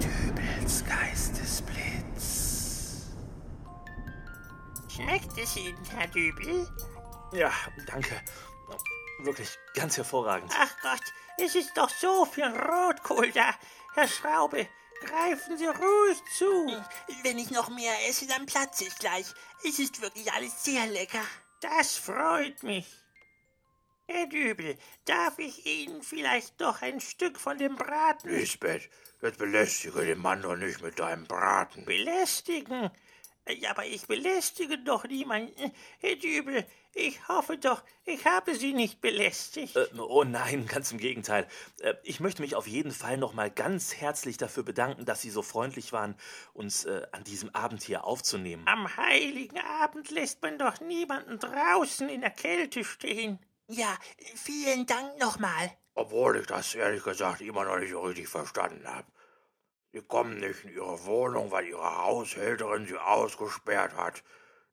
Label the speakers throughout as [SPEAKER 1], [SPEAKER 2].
[SPEAKER 1] Dübels Geistesblitz.
[SPEAKER 2] Schmeckt es Ihnen, Herr Dübel?
[SPEAKER 3] Ja, danke. Wirklich ganz hervorragend.
[SPEAKER 2] Ach Gott, es ist doch so viel Rotkohl da. Herr Schraube, greifen Sie ruhig zu.
[SPEAKER 4] Wenn ich noch mehr esse, dann platze ich gleich. Es ist wirklich alles sehr lecker.
[SPEAKER 2] Das freut mich. Herr Dübel, darf ich Ihnen vielleicht noch ein Stück von dem Braten
[SPEAKER 5] Lisbeth, jetzt belästige den Mann doch nicht mit deinem Braten.
[SPEAKER 3] Äh,
[SPEAKER 2] belästigen? Ja, aber ich belästige doch niemanden. Herr Dübel, ich hoffe doch, ich habe Sie nicht belästigt.
[SPEAKER 3] Äh, oh nein, ganz im Gegenteil. Äh, ich möchte mich auf jeden Fall nochmal ganz herzlich dafür bedanken, dass Sie so freundlich waren, uns äh, an diesem Abend hier aufzunehmen.
[SPEAKER 2] Am heiligen Abend lässt man doch niemanden draußen in der Kälte stehen.
[SPEAKER 4] Ja, vielen Dank nochmal.
[SPEAKER 5] Obwohl ich das ehrlich gesagt immer noch nicht so richtig verstanden habe. Sie kommen nicht in ihre Wohnung, weil ihre Haushälterin sie ausgesperrt hat.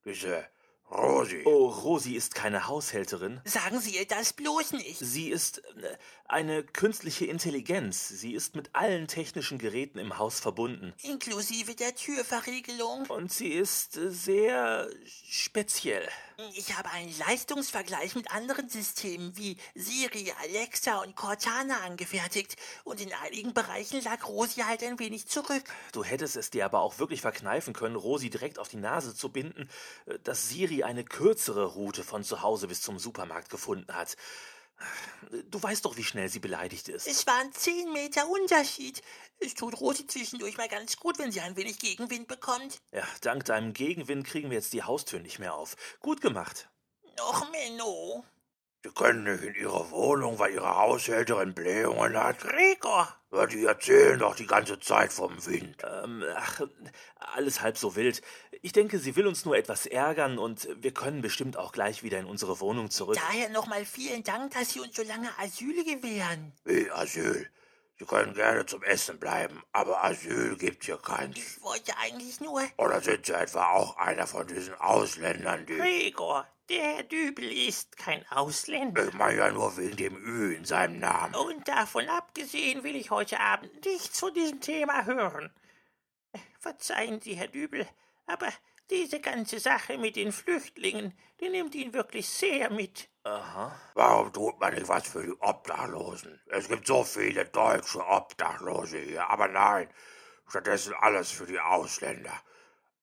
[SPEAKER 5] Diese Rosi.
[SPEAKER 3] Oh, Rosi ist keine Haushälterin.
[SPEAKER 4] Sagen Sie ihr das bloß nicht.
[SPEAKER 3] Sie ist äh, eine künstliche Intelligenz. Sie ist mit allen technischen Geräten im Haus verbunden.
[SPEAKER 4] Inklusive der Türverriegelung.
[SPEAKER 3] Und sie ist äh, sehr speziell.
[SPEAKER 4] Ich habe einen Leistungsvergleich mit anderen Systemen wie Siri, Alexa und Cortana angefertigt. Und in einigen Bereichen lag Rosi halt ein wenig zurück.
[SPEAKER 3] Du hättest es dir aber auch wirklich verkneifen können, Rosi direkt auf die Nase zu binden, äh, dass Siri eine kürzere Route von zu Hause bis zum Supermarkt gefunden hat. Du weißt doch, wie schnell sie beleidigt ist.
[SPEAKER 4] Es waren zehn Meter Unterschied. Es tut Rosi zwischendurch mal ganz gut, wenn sie ein wenig Gegenwind bekommt.
[SPEAKER 3] Ja, dank deinem Gegenwind kriegen wir jetzt die Haustür nicht mehr auf. Gut gemacht.
[SPEAKER 4] Och, Menno.
[SPEAKER 5] Sie können nicht in ihre Wohnung, weil ihre Haushälterin Blähungen hat.
[SPEAKER 2] Gregor,
[SPEAKER 5] Ja, die erzählen doch die ganze Zeit vom Wind.
[SPEAKER 3] Ähm, ach, alles halb so wild. Ich denke, sie will uns nur etwas ärgern und wir können bestimmt auch gleich wieder in unsere Wohnung zurück.
[SPEAKER 4] Daher nochmal vielen Dank, dass Sie uns so lange Asyl gewähren.
[SPEAKER 5] Wie Asyl. Sie können gerne zum Essen bleiben, aber Asyl gibt's hier keins.
[SPEAKER 4] Ich wollte eigentlich nur.
[SPEAKER 5] Oder sind Sie etwa auch einer von diesen Ausländern, die...
[SPEAKER 2] Gregor, der Herr Dübel ist kein Ausländer.
[SPEAKER 5] Ich meine ja nur wegen dem Ü in seinem Namen.
[SPEAKER 2] Und davon abgesehen will ich heute Abend nichts zu diesem Thema hören. Verzeihen Sie, Herr Dübel, aber diese ganze Sache mit den Flüchtlingen, die nimmt ihn wirklich sehr mit.
[SPEAKER 5] Warum tut man nicht was für die Obdachlosen? Es gibt so viele deutsche Obdachlose hier, aber nein, stattdessen alles für die Ausländer.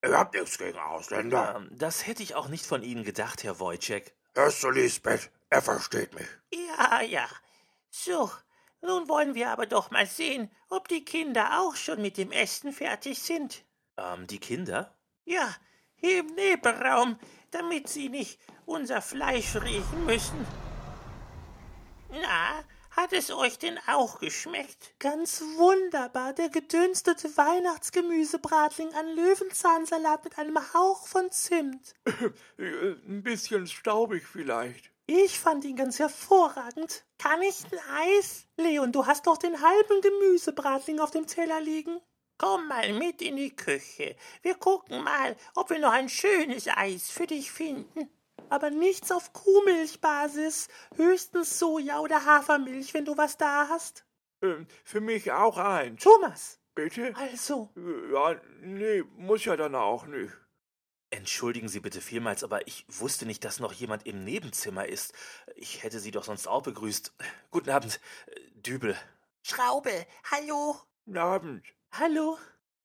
[SPEAKER 5] Ich hab nichts gegen Ausländer.
[SPEAKER 3] Ähm, das hätte ich auch nicht von Ihnen gedacht, Herr Wojcik.
[SPEAKER 5] Hörst du, Lisbeth? Er versteht mich.
[SPEAKER 2] Ja, ja. So, nun wollen wir aber doch mal sehen, ob die Kinder auch schon mit dem Essen fertig sind.
[SPEAKER 3] Ähm, die Kinder?
[SPEAKER 2] Ja, hier im Nebenraum, damit sie nicht unser Fleisch riechen müssen. Na, hat es euch denn auch geschmeckt?
[SPEAKER 6] Ganz wunderbar, der gedünstete Weihnachtsgemüsebratling an Löwenzahnsalat mit einem Hauch von Zimt.
[SPEAKER 7] Äh,
[SPEAKER 5] Ein bisschen staubig vielleicht.
[SPEAKER 6] Ich fand ihn ganz hervorragend. Kann ich ein Eis? Leon, du hast doch den halben Gemüsebratling auf dem Teller liegen.
[SPEAKER 2] Komm mal mit in die Küche. Wir gucken mal, ob wir noch ein schönes Eis für dich finden.
[SPEAKER 6] Aber nichts auf Kuhmilchbasis, höchstens Soja oder Hafermilch, wenn du was da hast.
[SPEAKER 7] Äh, Für mich auch eins.
[SPEAKER 6] Thomas,
[SPEAKER 7] Bitte?
[SPEAKER 6] also,
[SPEAKER 7] Ja, nee, muss ja dann auch nicht.
[SPEAKER 3] Entschuldigen Sie bitte vielmals, aber ich wusste nicht, dass noch jemand im Nebenzimmer ist. Ich hätte Sie doch sonst auch begrüßt. Guten Abend, äh, Dübel.
[SPEAKER 4] Schraube, hallo.
[SPEAKER 7] Guten Abend.
[SPEAKER 6] hallo,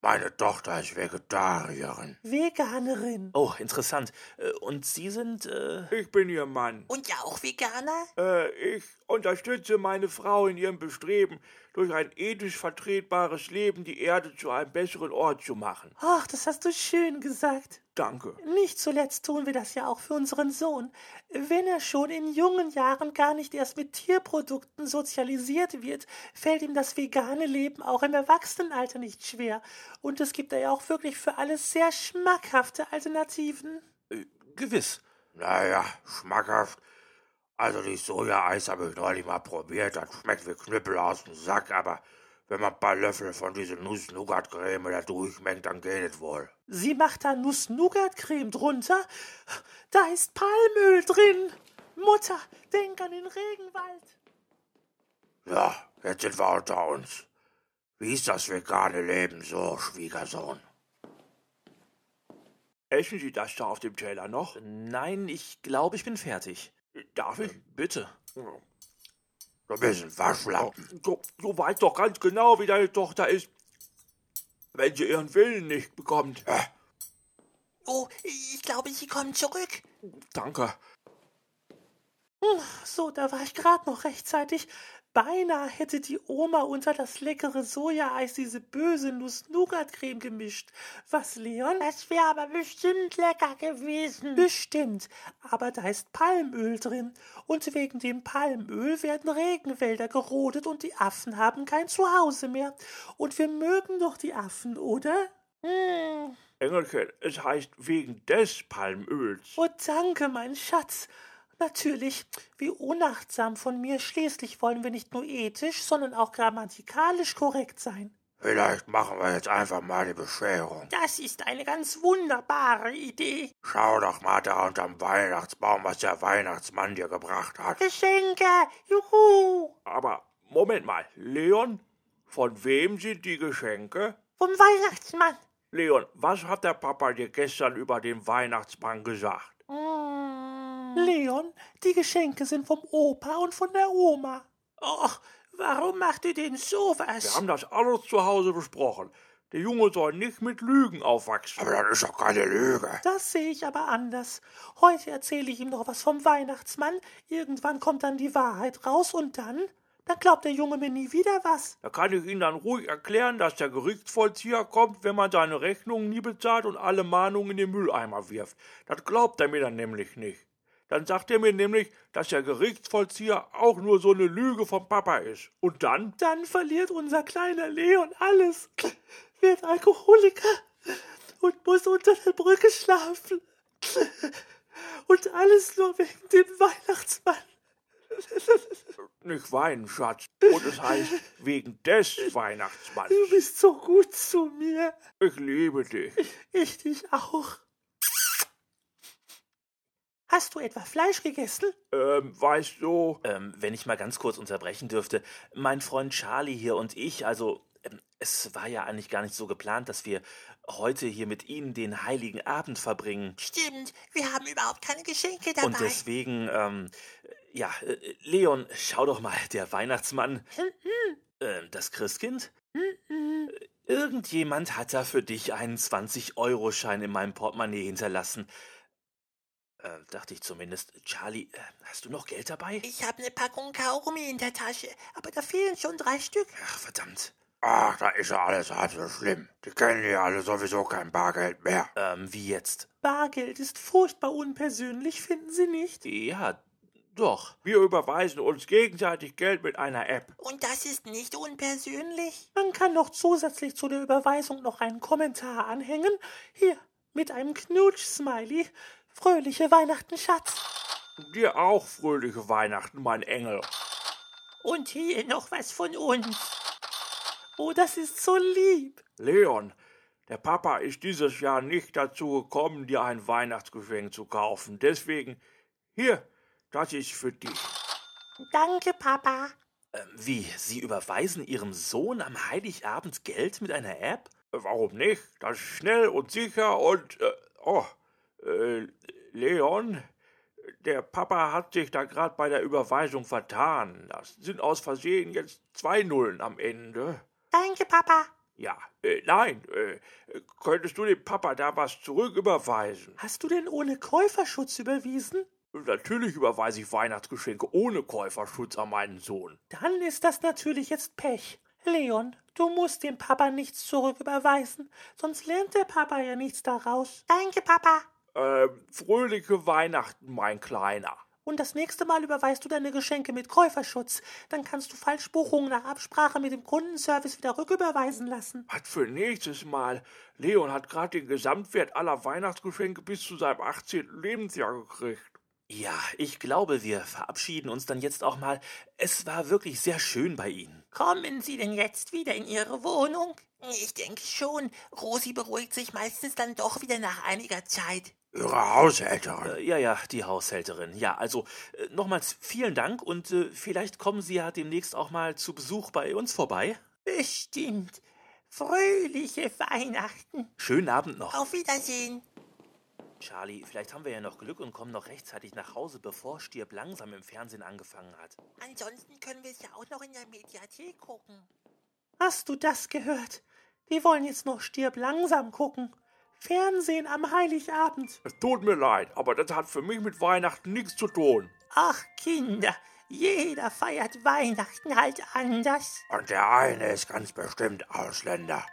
[SPEAKER 5] Meine Tochter ist Vegetarierin.
[SPEAKER 6] Veganerin.
[SPEAKER 3] Oh, interessant. Äh, Und Sie sind, äh,
[SPEAKER 7] Ich bin Ihr Mann.
[SPEAKER 4] Und ja auch Veganer?
[SPEAKER 7] Äh, ich unterstütze meine Frau in ihrem Bestreben, durch ein ethisch vertretbares Leben die Erde zu einem besseren Ort zu machen.
[SPEAKER 6] Ach, das hast du schön gesagt.
[SPEAKER 7] Danke.
[SPEAKER 6] Nicht zuletzt tun wir das ja auch für unseren Sohn. Wenn er schon in jungen Jahren gar nicht erst mit Tierprodukten sozialisiert wird, fällt ihm das vegane Leben auch im Erwachsenenalter nicht schwer. Und es gibt da ja auch wirklich für alles sehr schmackhafte Alternativen.
[SPEAKER 3] gewiss.
[SPEAKER 5] Naja, schmackhaft. Also die Sojaeis habe ich neulich mal probiert, das schmeckt wie Knüppel aus dem Sack, aber
[SPEAKER 8] Wenn man ein paar Löffel von dieser Nuss-Nougat-Creme da durchmengt, dann geht es wohl.
[SPEAKER 2] Sie macht da Nuss-Nougat-Creme drunter. Da ist Palmöl drin. Mutter, denk an den Regenwald.
[SPEAKER 8] Ja, jetzt sind wir unter uns. Wie ist das vegane Leben so, Schwiegersohn?
[SPEAKER 5] Essen Sie das da auf dem Teller noch?
[SPEAKER 3] Nein, ich glaube, ich bin fertig.
[SPEAKER 5] Darf ich?
[SPEAKER 3] Bitte.
[SPEAKER 8] Du bist Ähm. ein Waschlappen.
[SPEAKER 5] Du, du weißt doch ganz genau, wie deine Tochter ist, wenn sie ihren Willen nicht bekommt.
[SPEAKER 8] Äh,
[SPEAKER 4] Oh, ich glaube, sie kommen zurück.
[SPEAKER 5] Danke.
[SPEAKER 2] So, da war ich gerade noch rechtzeitig. Beinahe hätte die Oma unter das leckere Sojaeis diese böse Nuss-Nougat-Creme gemischt. Was, Leon?
[SPEAKER 9] Das wäre aber bestimmt lecker gewesen.
[SPEAKER 2] Bestimmt, aber da ist Palmöl drin. Und wegen dem Palmöl werden Regenwälder gerodet und die Affen haben kein Zuhause mehr. Und wir mögen doch die Affen, oder?
[SPEAKER 9] Hm.
[SPEAKER 5] Engelchen, es heißt wegen des Palmöls.
[SPEAKER 2] Oh, danke, mein Schatz. Natürlich, wie unachtsam von mir. Schließlich wollen wir nicht nur ethisch, sondern auch grammatikalisch korrekt sein.
[SPEAKER 8] vielleicht machen wir jetzt einfach mal die Bescherung.
[SPEAKER 9] Das ist eine ganz wunderbare Idee.
[SPEAKER 8] Schau doch mal da unterm Weihnachtsbaum, was der Weihnachtsmann dir gebracht hat.
[SPEAKER 9] Geschenke, juhu.
[SPEAKER 5] Aber Moment mal, Leon, von wem sind die Geschenke?
[SPEAKER 9] Vom Weihnachtsmann.
[SPEAKER 5] Leon, was hat der Papa dir gestern über den Weihnachtsmann gesagt?
[SPEAKER 2] Leon, die Geschenke sind vom Opa und von der Oma.
[SPEAKER 9] Och, warum macht ihr denn
[SPEAKER 5] Wir
[SPEAKER 9] sowas?
[SPEAKER 5] haben das alles zu Hause besprochen. Der Junge soll nicht mit Lügen aufwachsen.
[SPEAKER 8] Aber das ist doch keine Lüge.
[SPEAKER 2] Das sehe ich aber anders. Heute erzähle ich ihm noch was vom Weihnachtsmann. Irgendwann kommt dann die Wahrheit raus und dann, dann glaubt der Junge mir nie wieder was.
[SPEAKER 5] Da kann ich Ihnen dann ruhig erklären, dass der Gerichtsvollzieher kommt, wenn man seine Rechnungen nie bezahlt und alle Mahnungen in den Mülleimer wirft. Das glaubt er mir dann nämlich nicht. Dann sagt er mir nämlich, dass der Gerichtsvollzieher auch nur so eine Lüge vom Papa ist. Und dann?
[SPEAKER 2] Dann verliert unser kleiner Leon alles, wird Alkoholiker und muss unter der Brücke schlafen. Und alles nur wegen dem Weihnachtsmann.
[SPEAKER 5] Nicht weinen, Schatz. Und es heißt, wegen des Weihnachtsmanns.
[SPEAKER 2] Du bist so gut zu mir.
[SPEAKER 5] Ich liebe dich.
[SPEAKER 2] Ich dich auch. Hast du etwa Fleisch gegessen?
[SPEAKER 5] Ähm, weißt du,
[SPEAKER 3] Ähm, wenn ich mal ganz kurz unterbrechen dürfte, mein Freund Charlie hier und ich, also ähm, es war ja eigentlich gar nicht so geplant, dass wir heute hier mit Ihnen den heiligen Abend verbringen.
[SPEAKER 4] Stimmt, wir haben überhaupt keine Geschenke dabei.
[SPEAKER 3] Und deswegen, ähm, ja, äh, Leon, schau doch mal, der Weihnachtsmann, äh, das Christkind,
[SPEAKER 4] Mhm.
[SPEAKER 3] Äh, irgendjemand hat da für dich einen 20-Euro-Schein in meinem Portemonnaie hinterlassen. Äh, dachte ich zumindest. Charlie, äh, hast du noch Geld dabei?
[SPEAKER 4] ich habe eine Packung Kaugummi in der Tasche, aber da fehlen schon drei Stück.
[SPEAKER 3] Ach, verdammt.
[SPEAKER 8] Ach, da ist ja alles halb so schlimm. Die kennen ja alle sowieso kein Bargeld mehr.
[SPEAKER 3] Ähm, wie jetzt?
[SPEAKER 2] Bargeld ist furchtbar unpersönlich, finden Sie nicht?
[SPEAKER 3] Ja, doch.
[SPEAKER 5] wir überweisen uns gegenseitig Geld mit einer App.
[SPEAKER 4] Und das ist nicht unpersönlich.
[SPEAKER 2] Man kann noch zusätzlich zu der Überweisung noch einen Kommentar anhängen. Hier, mit einem Knutsch-Smiley. Fröhliche Weihnachten, Schatz.
[SPEAKER 5] Dir auch fröhliche Weihnachten, mein Engel.
[SPEAKER 9] Und hier noch was von uns.
[SPEAKER 2] Oh, das ist so lieb.
[SPEAKER 5] Leon, der Papa ist dieses Jahr nicht dazu gekommen, dir ein Weihnachtsgeschenk zu kaufen. Deswegen, hier, das ist für dich.
[SPEAKER 9] Danke, Papa.
[SPEAKER 3] Ähm, wie? Sie überweisen Ihrem Sohn am Heiligabend Geld mit einer App?
[SPEAKER 5] Äh, Warum nicht? Das ist schnell und sicher und, äh, oh, äh, Leon, der Papa hat sich da gerade bei der Überweisung vertan. Das sind aus Versehen jetzt zwei Nullen am Ende.
[SPEAKER 9] Danke, Papa.
[SPEAKER 5] Ja, äh, nein, äh, könntest du dem Papa da was zurücküberweisen?
[SPEAKER 2] Hast du denn ohne Käuferschutz überwiesen?
[SPEAKER 5] Natürlich überweise ich Weihnachtsgeschenke ohne Käuferschutz an meinen Sohn.
[SPEAKER 2] Dann ist das natürlich jetzt Pech. Leon, du musst dem Papa nichts zurücküberweisen, sonst lernt der Papa ja nichts daraus.
[SPEAKER 9] Danke, Papa.
[SPEAKER 5] Ähm, fröhliche Weihnachten, mein Kleiner.
[SPEAKER 2] Und das nächste Mal überweist du deine Geschenke mit Käuferschutz. Dann kannst du Falschbuchungen nach Absprache mit dem Kundenservice wieder rücküberweisen lassen.
[SPEAKER 5] Was für nächstes Mal. Leon hat gerade den Gesamtwert aller Weihnachtsgeschenke bis zu seinem 18. Lebensjahr gekriegt.
[SPEAKER 3] Ja, ich glaube, wir verabschieden uns dann jetzt auch mal. Es war wirklich sehr schön bei Ihnen.
[SPEAKER 2] Kommen Sie denn jetzt wieder in Ihre Wohnung?
[SPEAKER 10] Ich denke schon. Rosi beruhigt sich meistens dann doch wieder nach einiger Zeit.
[SPEAKER 5] Ihre Haushälterin.
[SPEAKER 3] Äh, ja, ja, die Haushälterin. Ja, also äh, nochmals vielen Dank und äh, vielleicht kommen Sie ja demnächst auch mal zu Besuch bei uns vorbei.
[SPEAKER 2] Bestimmt. Fröhliche Weihnachten.
[SPEAKER 3] Schönen Abend noch.
[SPEAKER 10] Auf Wiedersehen.
[SPEAKER 3] Charlie, vielleicht haben wir ja noch Glück und kommen noch rechtzeitig nach Hause, bevor Stirb langsam im Fernsehen angefangen hat.
[SPEAKER 10] Ansonsten können wir es ja auch noch in der Mediathek gucken.
[SPEAKER 11] Hast du das gehört? Die wollen jetzt noch Oh, Stirb langsam gucken. Fernsehen am Heiligabend.
[SPEAKER 12] Es tut mir leid, aber das hat für mich mit Weihnachten nichts zu tun.
[SPEAKER 2] Ach, Kinder, jeder feiert Weihnachten halt anders.
[SPEAKER 5] Und der eine ist ganz bestimmt Ausländer.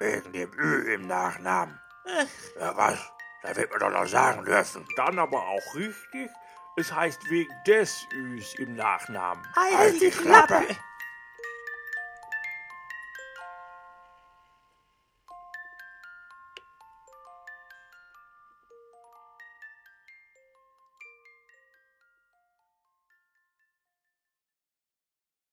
[SPEAKER 5] Wegen dem Ü im Nachnamen.
[SPEAKER 2] Ach.
[SPEAKER 5] Ja, was? Da wird man doch noch sagen dürfen.
[SPEAKER 12] Dann aber auch richtig, es heißt wegen des Üs im Nachnamen.
[SPEAKER 2] Halt,
[SPEAKER 5] Halt die Klappe.